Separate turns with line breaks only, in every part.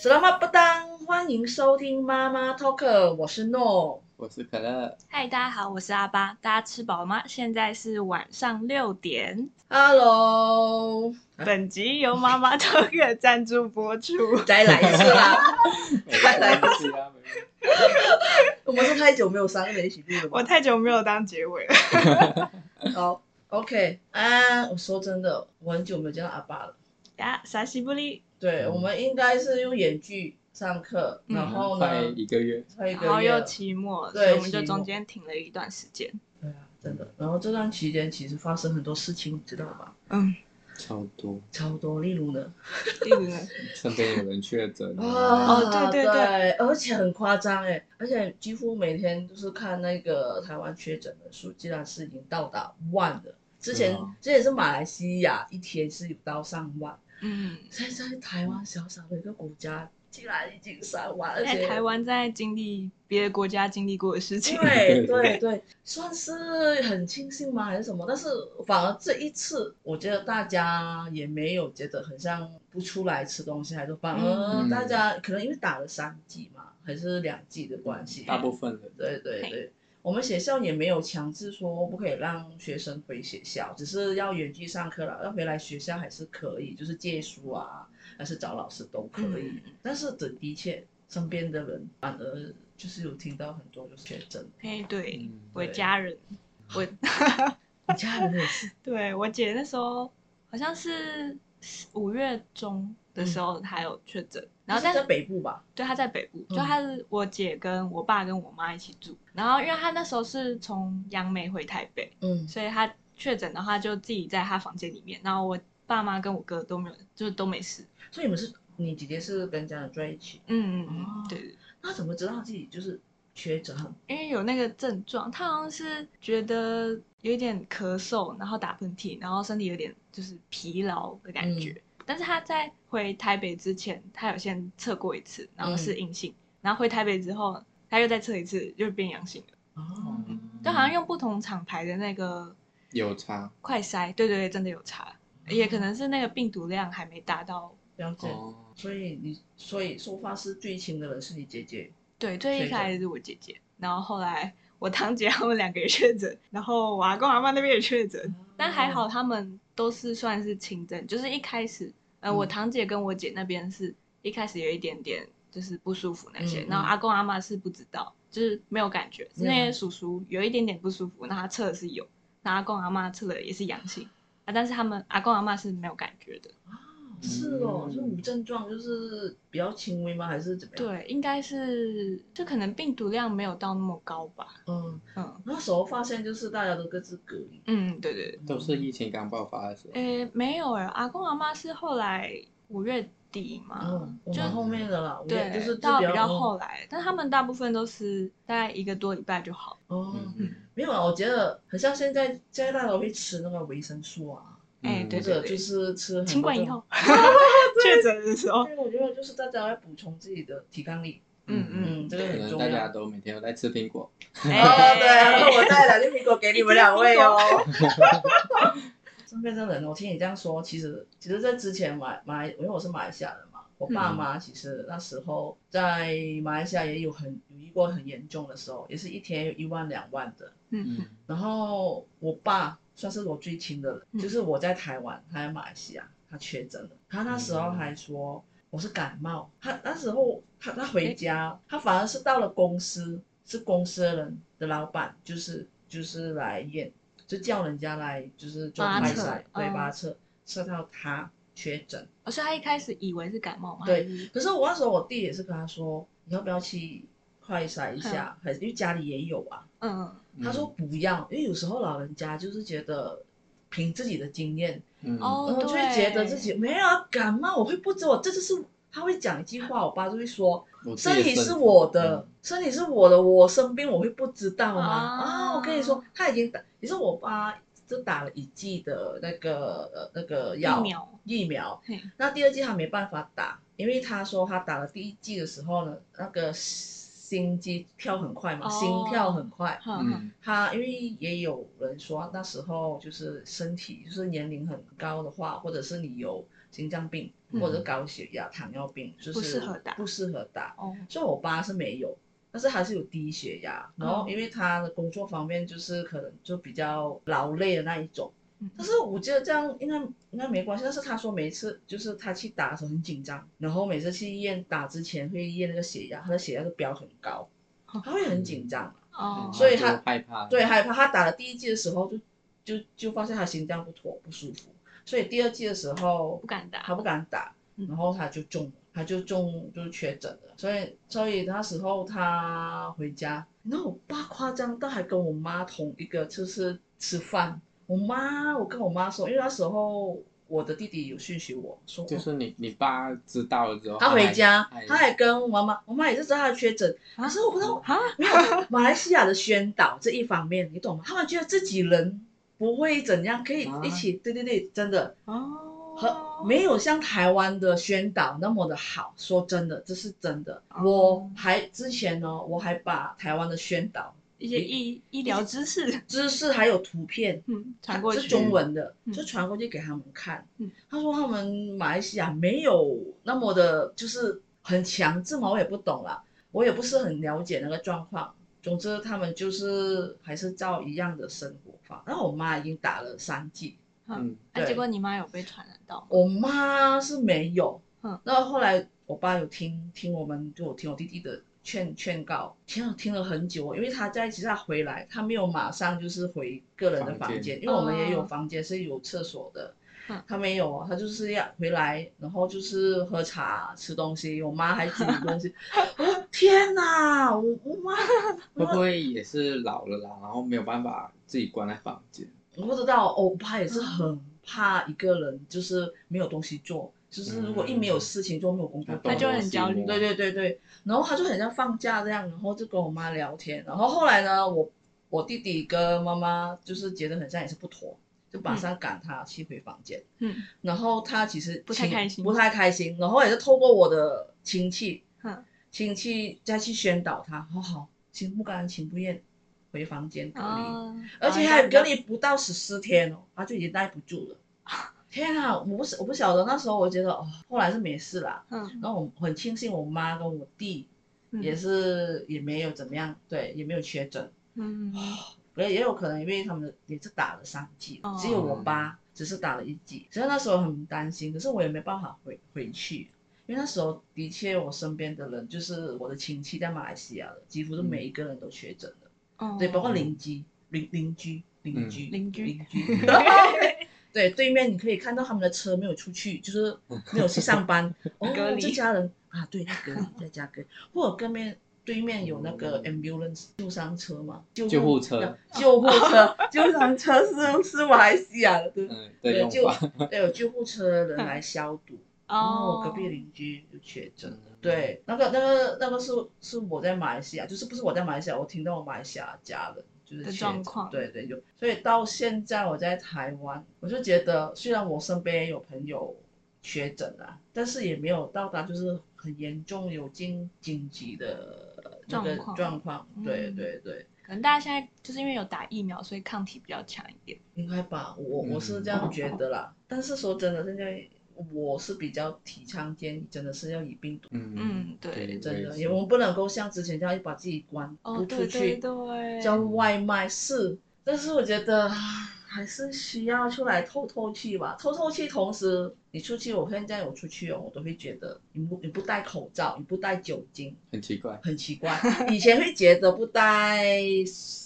死了话不当，欢迎收听妈妈 Talker，我是诺。
我是可 乐，
嗨，大家好，我是阿巴，大家吃饱了吗？现在是晚上六点，
Hello，
本集由妈妈特约赞助播 出。
再来一次 啦！
没关系啊，没关系
我们是太久没有三个人一起录了
我
吗？
太久没有当结尾了，
好，OK 啊，我说真的，我很久没有见到阿爸了。
呀，啥西不利？
对，
嗯
我们应该是用演剧上课，
嗯
然后呢，
快一个月，
快一
然
个
后
月
又
了
期末，
对
所以我们就
期末
中间停了一段时间。
对啊，真的。然后这段期间其实发生很多事情，你知道吗？
嗯，
超多，
超多，例如呢，
例如呢，
身边有人确诊
啊，
啊，
哦对
对
对对
而且很夸张哎，而且几乎每天都是看那个台湾确诊人数，竟然是已经到达万了。之前、
对啊
之前是马来西亚一天是有到上万，
嗯，
现在在台湾小小的一个国家，竟然已经上万，而且
在台湾在经历别的国家经历过的事情，
对
对
对对，算是很庆幸吗？还是什么？但是反而这一次，我觉得大家也没有觉得很像不出来吃东西，还是反而
嗯
大家可能因为打了三剂嘛，还是两剂的关系。
大部分人
对对
嘿
对，我们学校也没有强制说不可以让学生回学校，只是要远距上课了，要回来学校还是可以，就是借书啊，还是找老师都可以。
嗯
但是的的确，身边的人反而就是有听到很多就是确诊，
嘿，对，
嗯
我
对
家人，我。
你家人也是，
对我姐那时候好像是五月中的时候，她有确诊，然后
就
但
嗯是在
是
北部吧，
对她在北部，
嗯
就她是我姐跟我爸跟我妈一起住，然后因为她那时候是从杨梅回台北，
嗯
所以她确诊的话就自己在她房间里面，然后我爸妈跟我哥都没有，就是都没事。
所以你们是你姐姐是跟家人住在一起，
嗯嗯
哦
嗯，对对。对
那怎么知道自己就是确诊？
因为有那个症状，她好像是觉得有一点咳嗽，然后打喷嚏，然后身体有点就是疲劳的感觉。但是她在回台北之前，她有先测过一次，然后是阴性，然后回台北之后，她又再测一次，就变阳性了。
哦，
嗯
就好像用不同厂牌的那个
有差
快筛，对对对，真的有差，也可能是那个病毒量还没达到。
了解。
哦，
所以你，所以说话是最亲的人是你姐姐，
对，最
确
一
诊
开始是我姐姐，然后后来我堂姐他们两个也确诊，然后我阿公阿妈那边也确诊。呃但还
哦
好，他们都是算是轻症，就是一开始，呃，
嗯
我堂姐跟我姐那边是一开始有一点点就是不舒服那些，
嗯嗯
然后阿公阿妈是不知道，就是没有感觉，是那些叔叔有一点点不舒服，那他测的是有，那阿公阿妈测的也是阳性 啊，但是他们阿公阿妈是没有感觉的，
哦是哦，
嗯
是无症状，就是比较轻微吗？还是怎么样？，
对，应该是就可能病毒量没有到那么高吧，
嗯，
嗯
那时候发现就是大家都各自隔离，
嗯，对对对，
都是疫情刚爆发的时候，
哎
诶，没有诶，阿公阿妈是后来五月底嘛，
嗯，我
就
们后面的啦，我
对
们，就是就
到
比
比较
较嗯
后来，但他们大部分都是大概一个多礼拜就好。
哦，
嗯嗯
没有啊，我觉得很像现在现在大家会吃那个维生素啊，
哎
嗯
对
或者就是吃很多
新冠以
这种
后， 确诊的时 候，
对，我觉得就是大家要补充自己的抵抗力，
嗯嗯，
嗯，这个
可
很
能
重
大家
要。
都每天都在吃苹果，
哦，对啊，那我带两粒苹果给你们两位 哦。 身边的人，我听你这样说，其实其实，在之前马马来，因为我是马来西亚人嘛，我爸妈其实那时候在马来西亚也有很有遇过很严重的时候，也是一天有一万两万的。
嗯嗯
嗯，
然后我爸算是我最亲的人，
嗯
就是我在台湾，他在马来西亚，他确诊了，他那时候还说我是感冒，他那时候他他回家，他反而是到了公司，是公司的人的老板，就是就是来验，就叫人家来就是做
帮
他
快
测
筛，对，
嗯
八测测到他确诊。
哦，所以他一开始以为是感冒嘛，
对
还是，
可是我那时候我弟也是跟他说，你要不要去快筛一下，还是因为家里也有啊，
嗯嗯
他说不要，因为有时候老人家就是觉得凭自己的经验，
嗯，
哦
然后就会
对
觉得自己没有啊感冒，我会不知道，这就是他会讲一句话，我爸就会说
我自
身
己
体
也嗯
是我的，身体是我的，我生病我会不知道吗？啊
啊
我跟你说，他已经打，你说我爸就打了一剂的那个呃那个药
疫苗，
疫苗
嘿，
那第二剂他没办法打，因为他说他打了第一剂的时候呢，那个心肌跳很快嘛，
哦
心跳很快。
嗯
嗯
他因为也有人说那时候就是身体就是年龄很高的话，或者是你有心脏病
嗯
或者高血压、糖尿病，就是
不适合打
不适合打。
哦，
所以我爸是没有，但是还是有低血压，然后
哦
因为他的工作方面就是可能就比较劳累的那一种。
嗯
但是我觉得这样应该应该没关系。但是他说每次就是他去打的时候很紧张，然后每次去医院打之前会验那个血压，他的血压都飙很高，他会很紧张，
哦，
所以
嗯就
他
害怕，
对，害怕。他打了第一剂的时候就就就发现他心脏不妥不舒服，所以第二剂的时候
不敢打
他不敢打，
嗯
然后他就中了，他就中就是确诊了。所以所以那时候他回家，然后我爸夸张到还跟我妈同一个，就是吃饭。我妈，我跟我妈说，因为那时候我的弟弟有讯息我说，哦
就是你你爸知道了之后，哎
他回家，
还
他还跟我妈妈，我妈也是知道他确诊，可是我不知道
啊，
没有马来西亚的宣导这一方面，你懂吗？他们觉得自己人不会怎样，可以
啊
一起，对对对，真的，
哦
和，没有像台湾的宣导那么的好。说真的，这是真的。
哦
我还之前呢，我还把台湾的宣导
一些医医疗知识，
知识还有图片。
嗯，传过
是
去，
中文的，
嗯
就传过去给他们看。
嗯
他说他们马来西亚没有那么的，就是很强制嘛，我也不懂啦，我也不是很了解那个状况。总之，他们就是还是照一样的生活法。然后我妈已经打了三剂，
嗯，
那
对
啊结果你妈有被传染到吗？
我妈是没有。
嗯
然后后来我爸有听听我们，就我听我弟弟的劝劝告，听了听了很久，哦因为他在其实他回来，他没有马上就是回个人的
房
房
间
间，因为我们也有
哦
房间是有厕所的。
嗯
他没有，哦他就是要回来，然后就是喝茶、吃东西。我妈还煮东 西，我说天哪，我我妈
会不会也是老了啦，然后没有办法自己关在房间？
我不知道，哦我爸
嗯
也是很怕一个人，就是没有东西做，就是如果一没有事情做，没有工作做，
他就很焦虑
对对对对，然后他就很像放假这样，然后就跟我妈聊天，然后后来呢，我我弟弟跟妈妈就是觉得很像也是不妥，就马上赶他去回房间，
嗯
然后他其实
不太
亲
开心
不太开心，然后也是透过我的亲戚
哼，
亲戚再去宣导他，好好心不甘情不愿回房间隔离。
啊，
而且还隔离不到十四天哦，他就已经待不住了。天啊，我不是我不晓得，那时候我觉得哦，后来是没事啦。
嗯，
然后我很庆幸我妈跟我弟
嗯
也是也没有怎么样，对，也没有确诊。
嗯，
也也有可能因为他们也是打了三剂，
哦
只有我爸只是打了一剂，所以那时候很担心，可是我也没办法回回去。因为那时候的确，我身边的人就是我的亲戚在马来西亚的，几乎是每一个人都确诊了。
哦
对，包括邻居、邻邻居、邻居、
邻居
邻居。 对，对面你可以看到他们的车没有出去，就是 没有去上班。哦
隔，离
这家人啊，对，隔离在家隔离， 或者跟面对面有那个
哦
ambulance 救伤车嘛，
救护
护
车，
救护车， 救伤车是是马来西亚的， 对
嗯，的
对，
用
救
法，
对有救护车的人来消毒。然后
哦
我隔壁邻居就确诊了。
嗯
对，那个、那个、那个是是我在马来西亚，就是不是我在马来西亚，我听到我马来西亚家人就是
的
确
状
诊
况
对对，有。所以到现在我在台湾，我就觉得虽然我身边有朋友确诊啊，但是也没有到达就是很严重有进紧急的那个
状况
状况。对
嗯
对对，
可能大家现在就是因为有打疫苗，所以抗体比较强一点。
应该吧，我我是这样觉得啦。但是说真的，现在我是比较提倡建议，真的是要以病毒。
嗯，
嗯，对，
真的，
我也
也
是
我们不能够像之前这样把自己关、
哦，
不出
对对
去，
对，
叫外卖是。但是我觉得唉还是需要出来透透气吧，透透气。同时，你出去，我现在有出去哦，我都会觉得你不你不戴口罩，你不戴酒精，
很奇怪，
很奇 怪。以前会觉得不戴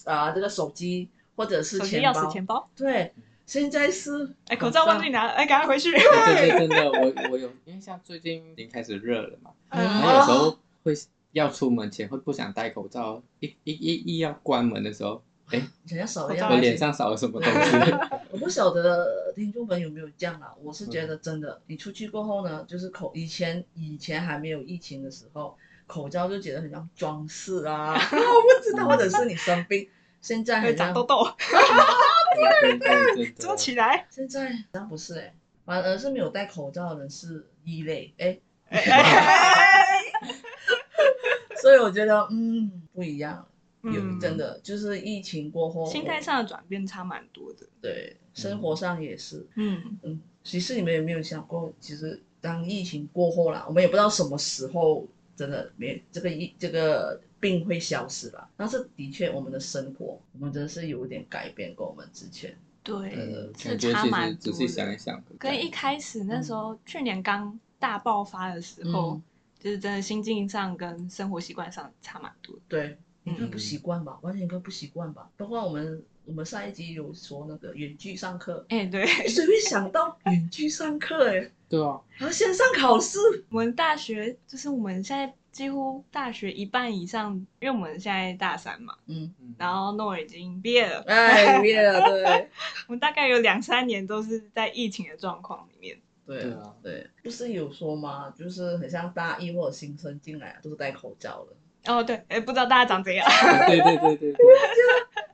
啊、这个手机或者是
手机
钱
钥
包，
匙、钱包，
对，现在是
哎，口罩忘记拿，哎，赶快 回去。
可是真的，我我有，因为像最近已经开始热了嘛，
嗯
嗯
然后有时候会要出门前会不想戴口罩，一一一一要关门的时候，哎，
人家少了
口罩
要
我
还
脸上少了什么 东西？
我不晓得听众们有没有这样啦，我是觉得
嗯
真的，你出去过后呢，就是口以前以前还没有疫情的时候，口罩就觉得很像装饰啊， 我不知道，或者是你生 病，现在
会
很
长
像
痘
啊
痘，
对对对，真
遮
的，
起来。
现在好像不是哎、反而是没有戴
啊
口罩的人是异类哎，
哎哎哎哎
所以我觉得，嗯，不一样，有
嗯，
真的就是疫情过后，
心态上的嗯转变差蛮多的。
对，生活上也是，
嗯，
嗯，其实你们有没有想过，其实当疫情过后啦，我们也不知道什么时候真的没这个疫这个病会消失了。但是的确，我们的生活，我们真的是有一点改变跟我们之前。
对，
呃，
嗯是
感觉
差
其
蛮
实
多
仔细
的
想一嗯想，
跟一开始那时候去年刚大爆发的时候，
嗯
就是真的心境上跟生活习惯上差蛮多的。
对，应该
嗯
不习惯吧，完全应该不习惯吧。包括我们我们上一集有说那个远距上课，
哎、对，
谁会想到远距上课、欸？ 哎，
对啊，
然后线上考试，
我们大学就是我们现在几乎大学一半以上，因为我们现在大三嘛，
嗯，
嗯
然后诺尔已经毕业了，
哎，毕业了，对。
我们大概有两三年都是在疫情的状况里面。
对
对啊
对，不是有说吗？就是很像大一或者新生进来啊都是戴口罩的，
哦，对，哎，不知道大家长怎样。
对对对对对，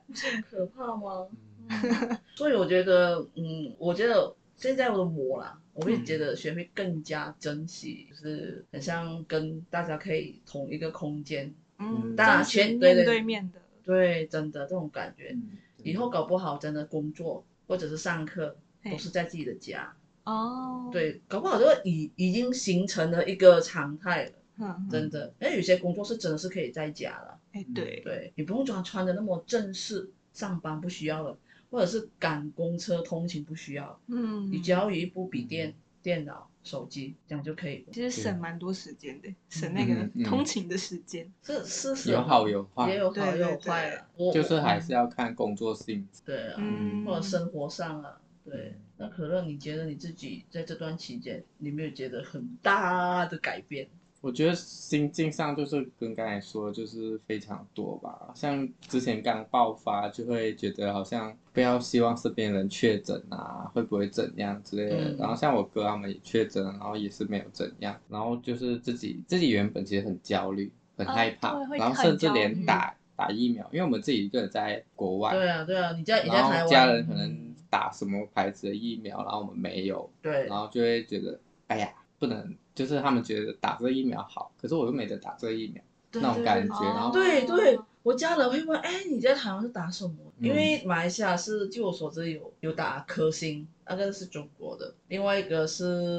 不是很可怕吗？
嗯
所以我觉得，嗯，我觉得现在的我啦，我会觉得学会更加珍惜，就是很像跟大家可以同一个空间，
嗯，
大
真实
全对
面
对
对面的，
对，真的这种感觉，
嗯
以后搞不好真的工作或者是上课
嘿
都是在自己的家，
哦，，
对，搞不好就已已经形成了一个常态了，
嗯，
真的，因为有些工作是真的是可以在家了。
哎，对，
对你不用穿穿的那么正式上班不需要了，或者是赶公车通勤不需要，
嗯，
你只要有一部笔电、电脑、手机这样就可以了。
其实省蛮多时间的，省那个
嗯嗯
通勤的时间。
这是什
有
么
好有坏
也，有好
对对
有坏了，我
嗯就是还是要看工作性质。
对啊，
嗯，
或者生活上啊，对。那可乐，你觉得你自己在这段期间，你有没有觉得很大的改变？
我觉得心境上就是跟刚才说，就是非常多吧。像之前刚爆发，就会觉得好像不要希望身边人确诊啊，会不会怎样之类的。
嗯
然后像我哥他们也确诊，然后也是没有怎样。然后就是自己自己原本其实很焦虑，很
哦
啊
害怕，
对会
然后
很
甚至
焦
连
虑
打打疫苗，因为我们自己一个人在国外，
对啊，对啊，你在你在
然
台
后
湾，
家人可能打什么牌子的疫苗，然后我们没有，
对
然后就会觉得，哎呀，不能，就是他们觉得打这个疫苗好，可是我又没得打这个疫苗，
对
那种
对
感
对
觉然后
对对
哦，
我家人会问，哎，你在台湾是打什么？
嗯
因为马来西亚是，据我所知有有打科兴，那个是中国的，另外一个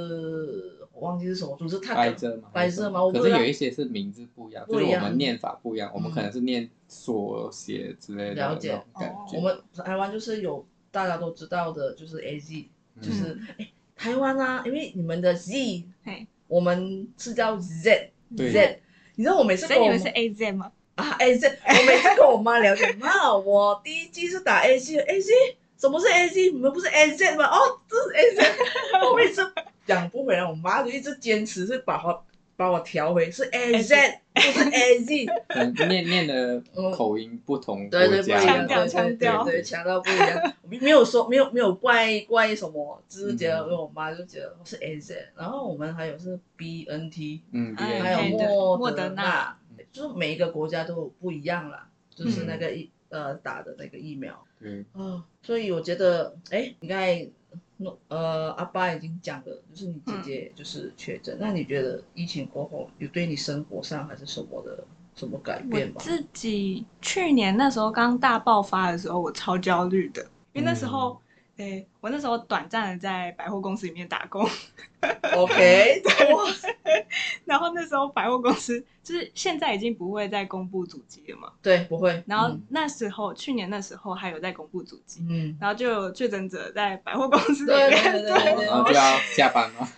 是我忘记是什么，总之它
白这嘛，
白
还是什
色
么
嘛，我不
可
知
是
道
有一些是名字不一样，
不
就
一
是
样
我们念法不一样，我们
嗯
可能是念缩写之类的
了
那
解
种感
哦
觉。
我们台湾就是有大家都知道的，就是 A Z，
嗯
就是哎台湾啊，因为你们的 Z，
嘿，
我们是叫 Z
对
Z，你知道我每次
所
跟
以你
我
们是 A Z 吗？
啊 A Z，我每次跟我妈聊天，妈，我第一季是打 A Z，A Z 什么是 A Z？你们不是 A Z 吗？哦，这是 A Z，我每次讲不回来，我妈就一直坚持是把我把我调回是 A Z，不 是 A Z，
可能念 念的
嗯
口音不同国
对对不一
家，
样，
腔
对对
调腔
对
调
对强调不一样，没有说没有没有怪怪什么，只是觉得
嗯
我妈就觉得我是 A Z，然后我们还有是 B N T，
嗯，
哎
对
还有
对对
莫
莫
德
德
纳
纳，嗯
就是每一个国家都有不一样啦，就是那个疫、呃打的那个疫苗
对，
啊、所以我觉得，哎，你刚才那呃阿爸已经讲了，就是你姐
嗯
姐就是确诊，那你觉得疫情过后有对你生活上还是什么的什么改变
我
吗？
自己去年那时候刚大爆发的时候，我超焦虑的，因为那时候，
嗯
诶、我那时候短暂的在百货公司里面打工，
OK，哇
然后那时候百货公司就是现在已经不会再公布主机了嘛，
对，不会，
然后
嗯
那时候、去年那时候还有在公布主机，
嗯，
然后就有确诊者在百货公司里
对
面，
对对对嗯
然后就要下班了，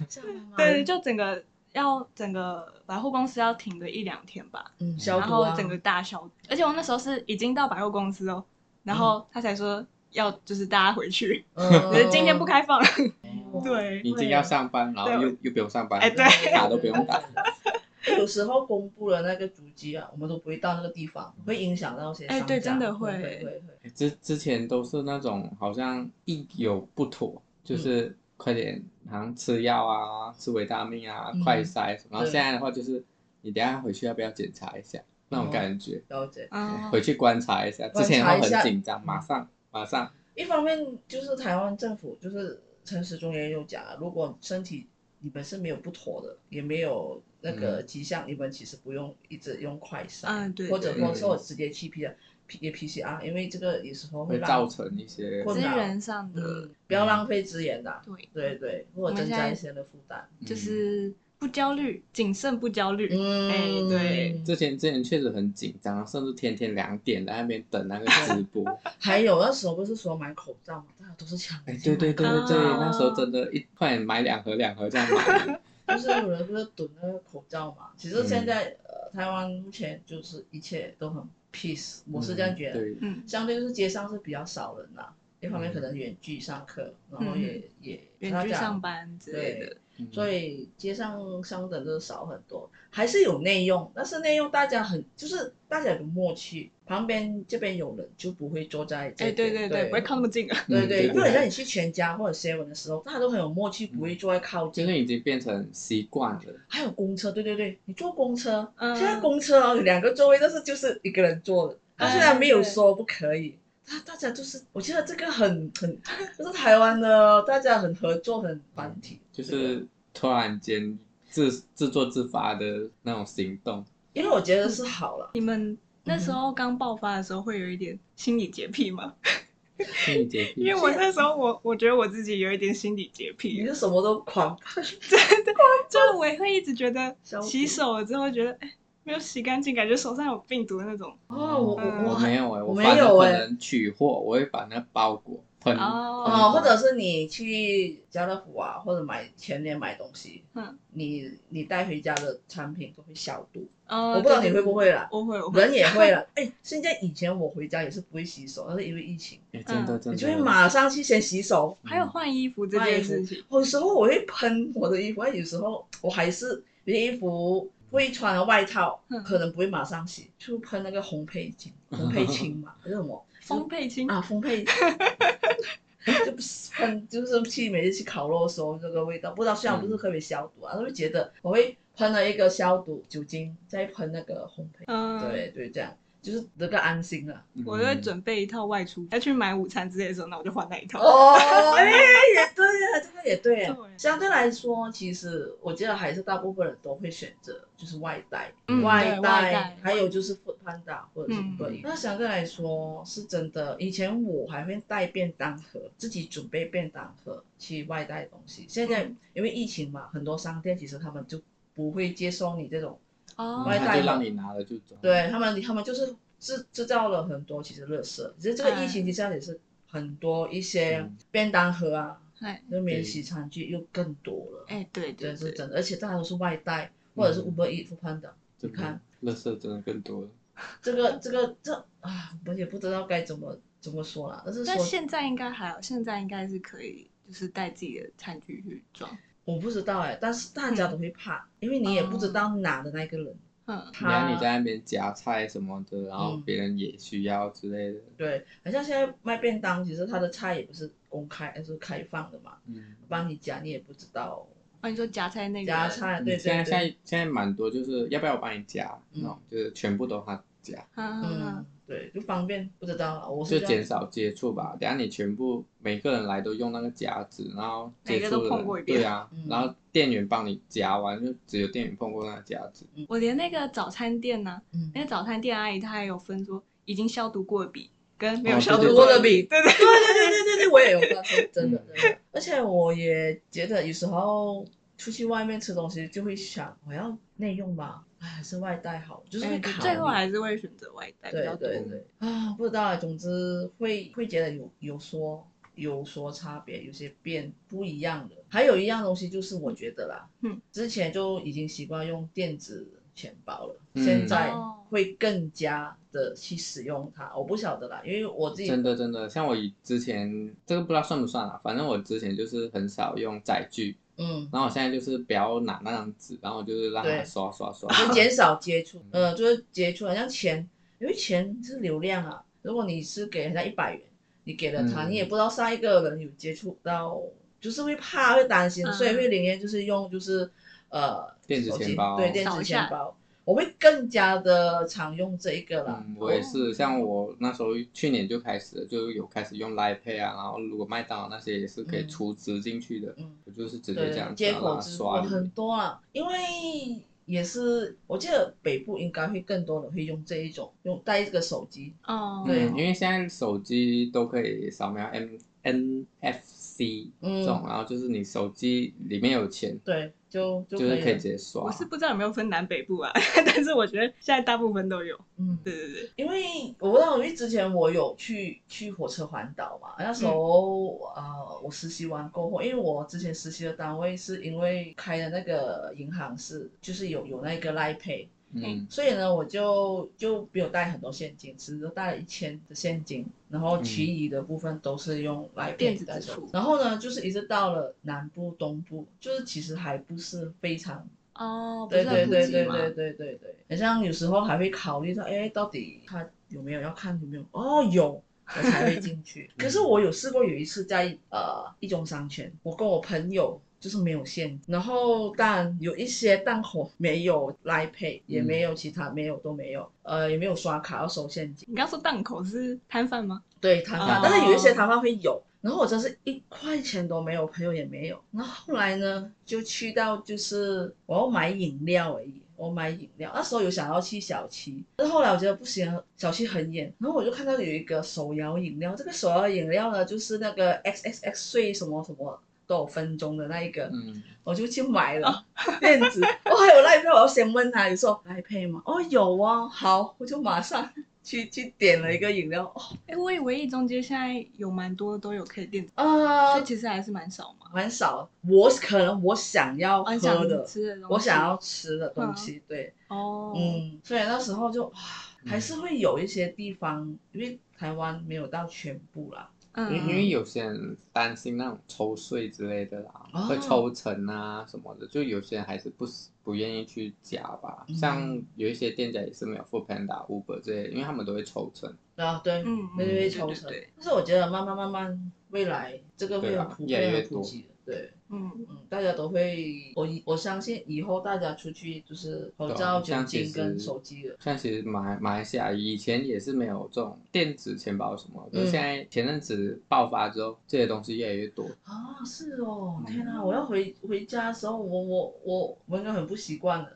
对，，就整个要整个百货公司要停个一两天吧，
嗯，消
然
毒
后
啊，
整个大消毒。而且我那时候是已经到百货公司哦，然后他才说要就是大家回去，
嗯
可是今天不，开放了。 对，啊
已经要上班，然后又又不用上班，
哎对
打都不用打，。
有时候公布了那个足迹啊，我们都不会到那个地方，会影响到一些商家。
哎对真的
会
会
会会会。
之之前都是那种好像一有不妥，
嗯
就是快点，好像吃药啊，吃维他命啊，
嗯
快筛什么。然后
对
现在的话就是，你等一下回去要不要检查一下那种感觉，
了解。
嗯，
回去观察一下。
哦观察
之前的话
一下嗯
很紧张，马上马上，
一方面就是台湾政府就是陈时中也有讲啊，如果身体你们是没有不妥的，也没有那
嗯
个迹象，你们其实不用一直用快筛，
嗯对
或者
对
或者
对
我直接去 P 的 P 也 PCR，因为这个有时候
会
让
造成一些
混
资
淆
源上的
嗯，不要浪费资源的，
对，
对对，或者
们
增
现
加
在
一些的负担。
嗯
就是不焦虑，谨慎不焦虑。
嗯
哎对
之前之前确实很紧张，甚至天天两点在那边等那个直 播。
还有那时候不是说买口罩嘛，大家都是抢着
哎，
去
对
买，
对对对对，
啊
那时候真的，一快点买两盒两盒这样买。
就是有人不是囤那个口罩嘛。其实
嗯
现在、呃，台湾目前就是一切都很 peace，我是这样觉得。
对，
嗯，
相对就是街上是比较少人啦、一方面
嗯
可能远距上课，然后也、也
嗯远距上，
大家
班之类的，
嗯
讲所以街上商人就少很多，还是有内用，但是内用大家很就是大家有个默契，旁边这边有人就不会坐在这
哎，对
边，
对
对
对，不会靠那么近 啊。
对对，
嗯对
因为像
对
你去全家或者 seven 的时候，大家都很有默契，不会坐在靠
就
近。
是已经变成习惯了。
还有公车，对对对，你坐公车，
嗯
现在公车哦，有两个座位，但是就是一个人坐的。他
哎
虽然没有说不可以，他大家就是，我觉得这个很很，就是台湾的大家很合作，很团体，
就
这个
是突然间自自作自发的那种行动，
因为我觉得是好了，嗯
那时候刚爆发的时候，会有一点心理洁癖嘛，
心理洁癖
因为我那时候我我觉得我自己有一点心理洁
你
癖，
是什么都狂喷，
就是我也会一直觉得
消毒
洗手了之后觉得哎没有洗干净，感觉手上有病毒的那种。
哦，我我
嗯
我
我
没
还
有哎，
我没
反而
有
可
欸
能取货，我会把那包裹喷
哦
喷
哦，或者是你去家乐福啊，或者买全年买东西，
嗯，
你你带回家的产品都会消毒，
呃，
我不知道
对
你会不，会啦，
我会，我会，啊
人也会了。 哎，现在以前我回家也是不会洗手，但是因为疫情，
哎真的
嗯
真的，
你就会马上去先洗手。
嗯
还有换衣服这
换衣
件
服
事情，
有时候我会喷我的衣服，但有时候我还是有些衣服会穿了外套，
嗯
可能不会马上洗，就喷那个烘焙精、烘焙清 嘛，还是什么
丰沛清
啊？烘 焙就不是喷，就是去每次去烤肉的时候那个味道，不知道虽然不是特别消毒啊，但是觉得我会喷了一个消毒酒精，再喷那个烘焙，
嗯，
对对，这样就是得个安心啊了。
嗯
我就会准备一套外出，要去买午餐之类的时候，那我就换那一套。
哦，哎、也对啊，这个也对啊。
对
相对来说，其实我觉得还是大部分人都会选择就是外带，
嗯
外
对外带
还有就是 Food Panda 或者是
嗯
u b 那相对来说是真的，以前我还会带便当盒，自己准备便当盒去外带东西。现在
嗯
因为疫情嘛，很多商店其实他们就不会接收你这种，
哦
嗯外
他
带
就让你拿了就走，
对他们他们就是制制造了很多其实垃圾。其实这个疫
嗯
情之下也是很多一些
嗯
便当盒啊。
哎
那免洗餐具又更多了，
哎，对对
对，是
对，
真的，而且大家都是外带或者是
嗯
Uber e a t 潘的，
真
你看
的，垃圾真的更多了。
这个这个这啊，我也不知道该怎么怎么说啦。但是
但
说
现在应该还好，现在应该是可以，就是带自己的餐具去装。
我不知道哎、但是大家都会怕，因为你也不
哦
知道哪的那个人，
嗯，
你看
他
你在那边夹菜什么的，然后
嗯
别人也需要之类的，
对，好像现在卖便当，其实他的菜也不是公开，而是开放的嘛，
嗯。
帮你夹你也不知道
哦，你说夹菜那个
夹，菜，对
嗯
对
现在现在
对，
现在蛮多，就是要不要我帮你夹，
嗯
那种就是全部都他夹，
嗯嗯
嗯
嗯，，
对，就方便，不知道啦，我
就是
这
减
样，
少接触吧。等下你全部每个人来都用那个夹子，然后接
每个
触
都
的
碰过一
人
遍
对啊
嗯，
然后店员帮你夹完，就只有店员碰过那个夹子。
我连那个早餐店呢、
嗯
那，个早餐店阿姨她还有分说已经消毒过的笔跟没有
哦
消
对对
毒过的
对
笔，对
对
对
对对对对，我也有发生，真的
嗯
真的。而且我也觉得有时候出去外面吃东西，就会想我要内用吧，哎，还是外带好，就是会
哎
考虑。
最后还是会选择外带比
对
较多。
对对啊，不知道啊，总之会会觉得有有说有所差别，有些变不一样的。还有一样东西就是我觉得啦，
嗯，
之前就已经习惯用电子钱包了，
嗯
现在
哦
会更加的去使用它。我不晓得啦，因为我自己
真的真的，像我以之前这个不知道算不算啊，反正我之前就是很少用载具，
嗯。
然后我现在就是不要拿那张纸，然后我就是让它
对
刷刷刷。
就减少接触，
嗯
呃，就是接触，好像钱，因为钱是流量啊。如果你是给人家一百元，你给了他，
嗯
你也不知道上一个人有接触到，就是会怕会担心，
嗯
所以会宁愿就是用就是呃
电子
手机
钱包
对电
扫
子
一
钱
下
包。我会更加的常用这一个啦。哦
嗯，我也是，像我那时候去年就开始了就有开始用 Line Pay 啊，然后如果麦当劳那些也是可以
嗯
储值进去的，
嗯
我就是直接
对
这样，子
接
啊把
口
它
支付
刷里
很
面。
多啊，因为也是我记得北部应该会更多人会用这一种，用带这个手机。
哦，
对
嗯，因为现在手机都可以扫描 M NFC
嗯
这，种，啊然后就是你手机里面有钱，
对，就就
就
可
是
以
可以
了
直接刷。
我是不知道有没有分南北部啊， 但是我觉得现在大部分都有。
嗯，
对对对，
因为我不知道，因为之前我有去去火车环岛嘛，那时候、
嗯
呃我实习完过后，因为我之前实习的单位是因为开的那个银行是就是有有那个 Line Pay，
嗯
所以呢我就就没有带很多现金，只是带了一千的现金，然后其余的部分都是用 Line
电
Pay
子
带
支
走
付。
然后呢，就是一直到了南部、东部，就是其实还不是非常
哦，不
对
是
对
很普
对
及
对
嘛。
对对对对，好像有时候还会考虑到，哎，到底他有没有要看有没有？哦，有。我才会进 去。可是我有试过有一次在呃一中商圈，我跟我朋友就是没有现金，然后但有一些档口没有 Line Pay，也没有其他没有都没有，呃也没有刷卡要收现金。
你刚说档口是摊贩吗？
对摊贩，
哦
但是有一些摊贩会有。然后我真是一块钱都没有，朋友也没有。然后后来呢，就去到就是我要买饮料而已，我买饮料。那时候有想要去小七，但是后来我觉得不行，小七很远。然后我就看到有一个手摇饮料，这个手摇饮料呢，就是那个 X X X 税什么什么都有分钟的那一个，
嗯，
我就去买 了电子。哦，还有赖配，我要先问他，你说赖配吗？哦，有啊，好，我就马上 去去点了一个饮料。哦，
哎，我以为一中街现在有蛮多都有可以电子，
啊、
所以其实还是蛮少嘛。
很少，我可能我想要
我
喝
想
的，
吃的东西，
我想要吃的东西，对，
哦，
嗯，所以那时候就哇
嗯
还是会有一些地方，因为台湾没有到全部啦，
嗯，
因因为有些人担心那种抽税之类的啦，
哦
会抽成啊什么的，就有些人还是不是不愿意去加吧。
嗯
像有一些店家也是没有付 Panda、Uber 这些，因为他们都会抽成。
啊，对，
嗯，
对对
嗯
对，抽成
对，对，
但是我觉得慢慢慢慢，未来这个会
对
很
啊
普
越来
遍、
越
很普
多
及的，对，
嗯，
嗯，大家都会，我我相信以后大家出去就是口
对啊
罩、酒
像其
精跟
实
手机了，
像其实马来马来西亚以前也是没有这种电子钱包什么，可
嗯
是现在前阵子爆发之后，这些东西越来越多。
啊，是哦，
嗯
天哪！我要回回家的时候，我我我我应该很不习惯的，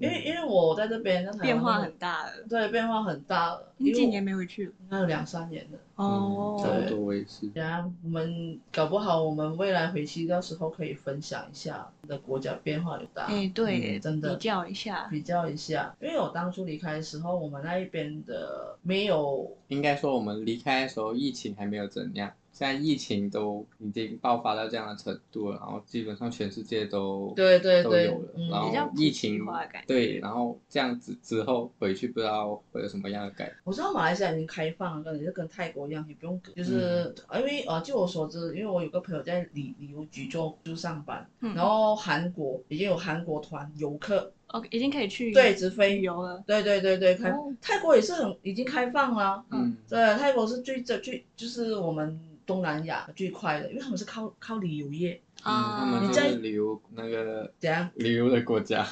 因为因为我在这边在台湾
变化很大了。
对变化很大了，
你
嗯因为
几
我
年没回去了？
应该有两三年了。
哦
嗯，，差不
对
多我也是。
然后我们搞不好我们未来回去到时候可以分享一下你的国家变化有大，
哎，对耶，
嗯
真的
比较一下，
比较一下。因为我当初离开的时候，我们那一边的没有
应该说我们离开的时候，疫情还没有怎样，现在疫情都已经爆发到这样的程度了，然后基本上全世界都
对对
都
对
有了，
嗯
然
比较
后
普及
疫情
化的感觉
对，然后这样子之后回去不知道会有什么样的改变，
我知道马来西亚已经开放了，可能就跟泰国一样，也不用隔就是、因为呃，据我所知，因为我有个朋友在旅旅游局做就上班，
嗯
然后韩国已经有韩国团游客，
OK，已经哦可以去
对直飞
旅游了。
对对对对，开、
哦
泰国也是很已经开放了，
嗯，
对，泰国是最最最就是我们东南亚最快的，因为他们是靠靠旅游业，
嗯，
啊
他们
你
就
在
是旅游那个
怎 样？
旅游的 国家，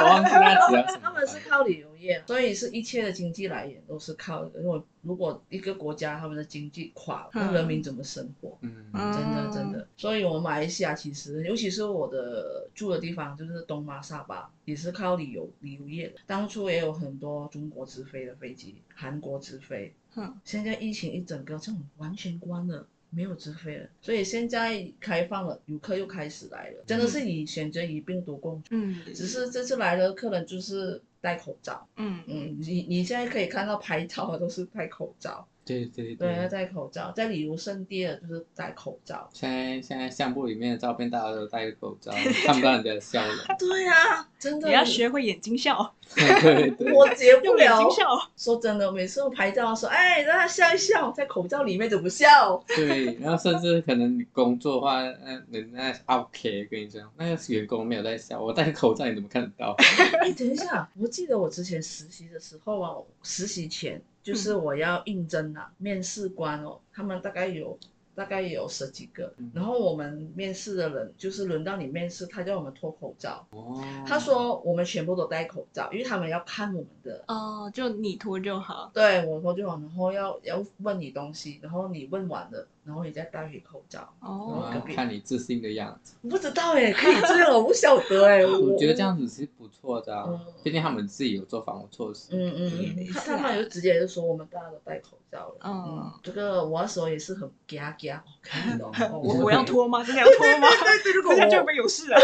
我忘记那只要什么
他们是靠旅游业，所以是一切的经济来源都是靠。如果如果一个国家他们的经济垮了，那
嗯
人民怎么生活？
嗯
真的
嗯
真的。所以我们马来西亚其实，尤其是我的住的地方就是东马沙巴，也是靠旅游旅游业的。当初也有很多中国直飞的飞机，韩国直飞。
哼，
现在疫情一整个这种完全关了。没有直飞了，所以现在开放了，游客又开始来了，真的是以选择与病毒共存。
嗯，
只是这次来的客人就是戴口罩，
嗯嗯
嗯，你你现在可以看到拍照啊的都是戴口罩，
对对
对，要。戴口罩，在旅游胜地的就是戴口罩，
现在现在相簿里面的照片，大家都戴着口罩，看不到人家的笑容。
对呀、啊，真的，
也要学会眼睛笑，
对对，
我解不
用眼
了
睛。笑。
说真的，每次我拍照的时候，哎，让他笑一笑，在口罩里面怎么笑？
对，然后甚至可能你工作的话，那人那 OK 跟你讲，那个员工没有在笑，我戴口罩你怎么看得到？
哎，等一下，我记得我之前实习的时候嗯啊，实习前就是我要应征啊，面试官哦，他们大概有大概也有十几个。然后我们面试的人，就是轮到你面试，他叫我们脱口罩。
哦，
他说我们全部都戴口罩，因为他们要看我们的。
哦，就你脱就好。
对，我脱就完，然后要要问你东西，然后你问完了，然后你再戴回口罩。
哦，
哇看你自信的样子，
我不知道哎，可以这样，我不晓得哎。
我觉得这样子是不错的啊
嗯，
毕竟他们自己有做防护措施。
嗯嗯嗯，
是
他
啊
们就直接就说我们大家都戴口罩了。
嗯
嗯，这个我那时候也是很嘎嘎，我看到
我
嗯我
我要 脱吗？真的要脱吗？
对对，如果
这样就会
我
被有事 了。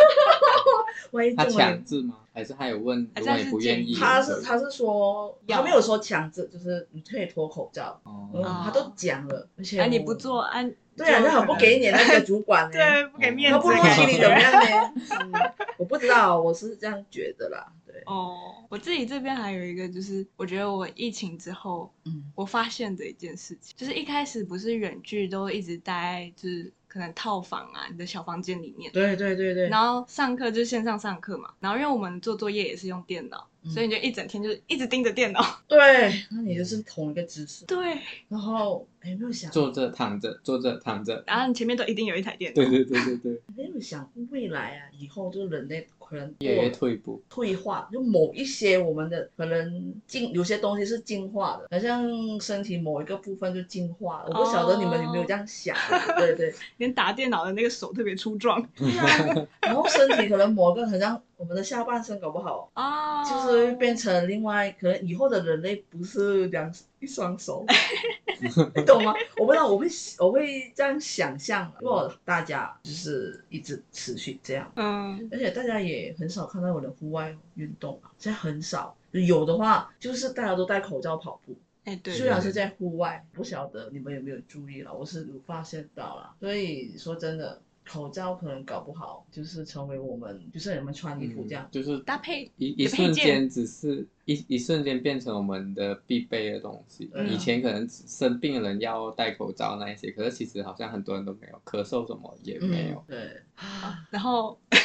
万一
他
中了
强，制吗？还是他有问，
还
如
哎
果你
是他是
不愿意，
建议
他是他是说
要
他没有说强制，就是你可以脱口罩，嗯，
哦，
啊
他都讲了，而且
啊，你
我
不，做啊？
对啊，
就
那很不
可能
给你那个主管呢，
对，不给面子，
那不如
给
心
面
里
子
怎么样呢？嗯我不知道，我是这样觉得啦，对，
哦，我自己这边还有一个，就是我觉得我疫情之后，
嗯
我发现的一件事情，就是一开始不是远距都一直待，就是可能套房啊，你的小房间里面，
对对对对，
然后上课就线上上课嘛，然后因为我们做作业也是用电脑，
嗯
所以你就一整天就是一直盯着电 脑。
对，那你就是同一个姿势，
对，
然后哎，有没有想
坐着躺着，坐着躺着，
然后你前面都一定有一台电脑。
对对对对对，
没有想未来啊，以后就人类可能
也会退步。
退化，就某一些我们的可能进有些东西是进化的，好像身体某一个部分就进化了。我不晓得你们有没有这样想，啊对对
连打电脑的那个手特别粗壮
对啊。然后身体可能某个很像我们的下半身，搞不好
啊
就是会变成另外，可能以后的人类不是两一双手，你懂吗？我不知道，我会我会这样想象，啊如果大家就是一直持续这样。
嗯，
而且大家也很少看到有人户外运动啊，现在很少。有的话，就是大家都戴口罩跑步，
哎、对，
虽然是在户外，不晓得你们有没有注意了，我是有发现到了。所以说真的，口罩可能搞不好就是成为我们，就是你们穿衣服这样
嗯，。就是
搭配
一一
的配
瞬间，
件
只是一一瞬间变成我们的必备的东西。
嗯
对啊
以前可能只生病的人要戴口罩那一些，可是其实好像很多人都没有，咳嗽什么也
嗯
没有。
对。啊，
然后之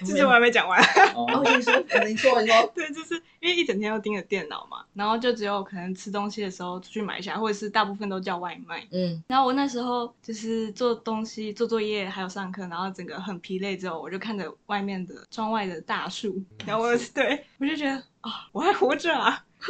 这
前
就
我还没讲完，
哦，
哦，
你说，你说，你 说，
对，就是因为一整天都盯着电脑嘛，然后就只有可能吃东西的时候出去买一下，或者是大部分都叫外卖。
嗯，
然后我那时候就是做东西、做作业，还有上课，然后整个很疲累之后，我就看着外面的窗外的大树，
嗯
然后我对我就觉得啊、我还活着啊！
嗯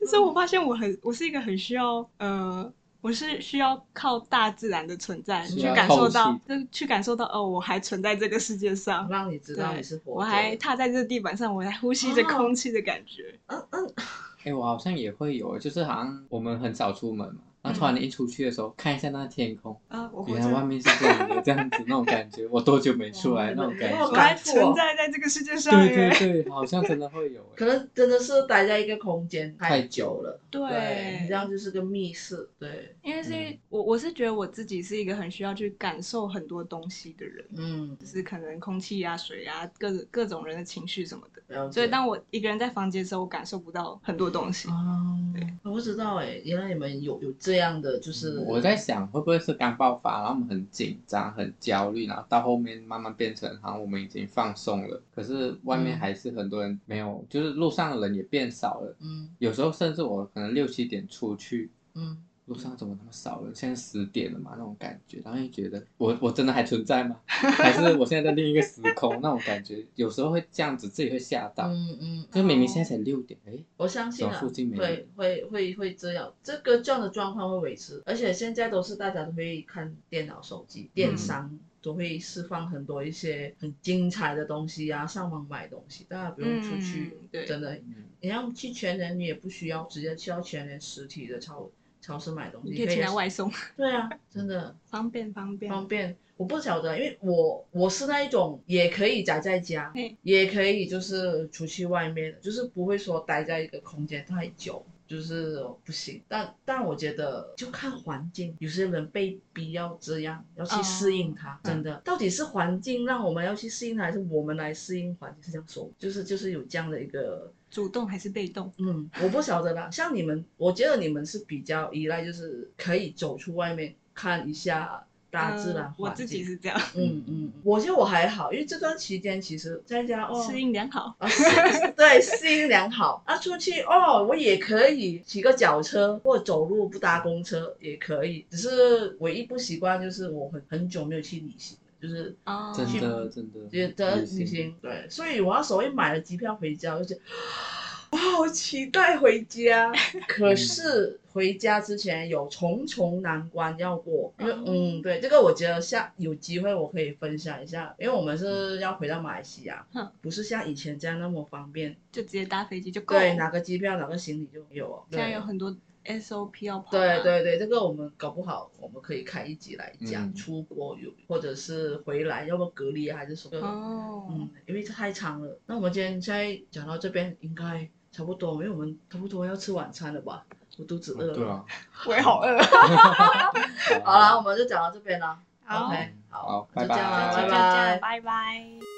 就是我发现我很，我是一个很需要呃。我是需要靠大自然的存在
需
去
要
感受
透
到
气，
就是去感受到哦，我还存在这个世界上。
让你知道
对
你是活着。啊
我还踏在这个地板上，我还呼吸着空气的感觉。
嗯嗯，
哎，我好像也会有，就是好像我们很少出门嘛，然后突然一出去的时候，看一下那天空，
啊，我活
原来外
着，
面是这样的，这样子那种感觉，我多久没出来那种感
哇
哦我
觉？
还存在在这个世界上
对对
耶。
对，好像真的会有。哎
可能真的是待在一个空间
太
久
久
了，
对
你这样就是个密室，对，
因为是
嗯
我，我是觉得我自己是一个很需要去感受很多东西的人，
嗯，
就是可能空气啊、水啊、各各种人的情绪什么的。
了解
所以当我一个人在房间的时候，我感受不到很多东西。
哦
对，
我不知道哎、原来你们有有这样的，就是
嗯我在想，会不会是刚爆发，然后我们很紧张、很焦虑，然后到后面慢慢变成，好像我们已经放松了，可是外面
嗯
还是很多人没有，就是路上的人也变少了。
嗯
有时候甚至我可能六七点出去，
嗯，
路上怎么那么少人？现在十点了嘛，那种感觉，然后就觉得我我真的还存 在吗？还是我现在在另一个时空？那种感觉，有时候会这样子，自己会吓到。
嗯嗯，
就明明现在才六点，哎，
我相信啊，
走附近没有
会会会会这样，这个这样的状况会维持，而且现在都是大家都会看电脑、手机，电
嗯
商。都会释放很多一些很精彩的东西啊，上网买东西，大家不用出去，
嗯对
真的，
嗯
你要去全联，你也不需要直接去到全联实体的超超市买东西，
你可以请来外送，
对啊，真的，
方便方便。
方便。我不晓得，因为我我是那一种也可以宅在家
嗯，
也可以就是出去外面，就是不会说待在一个空间太久，就是不行。但但我觉得就看环境，有些人被逼要这样，要去适应它，
哦
真的。到底是环境让我们要去适应它，还是我们来适应环境？是这样说，就是就是有这样的一个
主动还是被动？
嗯，我不晓得啦。像你们，我觉得你们是比较依赖，就是可以走出外面看一下大自然环境、
嗯我自己是这样，
嗯嗯，我觉得我还好，因为这段期间其实在家哦，
适应良好。
啊，适对，适应 良好。啊，出去哦，我也可以骑个脚车或走路，不搭公车也可以。只是唯一不习惯就是我很很久没有去旅行了，就是
哦，
真的真的
觉得
旅
旅
行
行对，所以我那时候一买了机票回家，我就觉得 我好期待回家。可是回家之前有重重难关要过，因为
哦
嗯，对，这个我觉得下有机会我可以分享一下，因为我们是要回到马来西亚
哼，哦
不是像以前这样那么方便，
就直接搭飞机就够了。
对，拿个机票，拿个行李就有了。
现在
对
有很多 SOP 要跑、啊
对，对对，这个我们搞不好，我们可以开一集来讲、
嗯
出国有，或者是回来，要不隔离还是什么。
哦，
嗯，因为太长了。那我们今天现在讲到这边应该差不多，因为我们差不多要吃晚餐了吧？我肚子饿
哦对
了。
啊，
我也好饿。
好了，我们就讲到这边了。
好
OK，好
好，
就这
拜
样啦
拜，
拜
就这样，拜拜。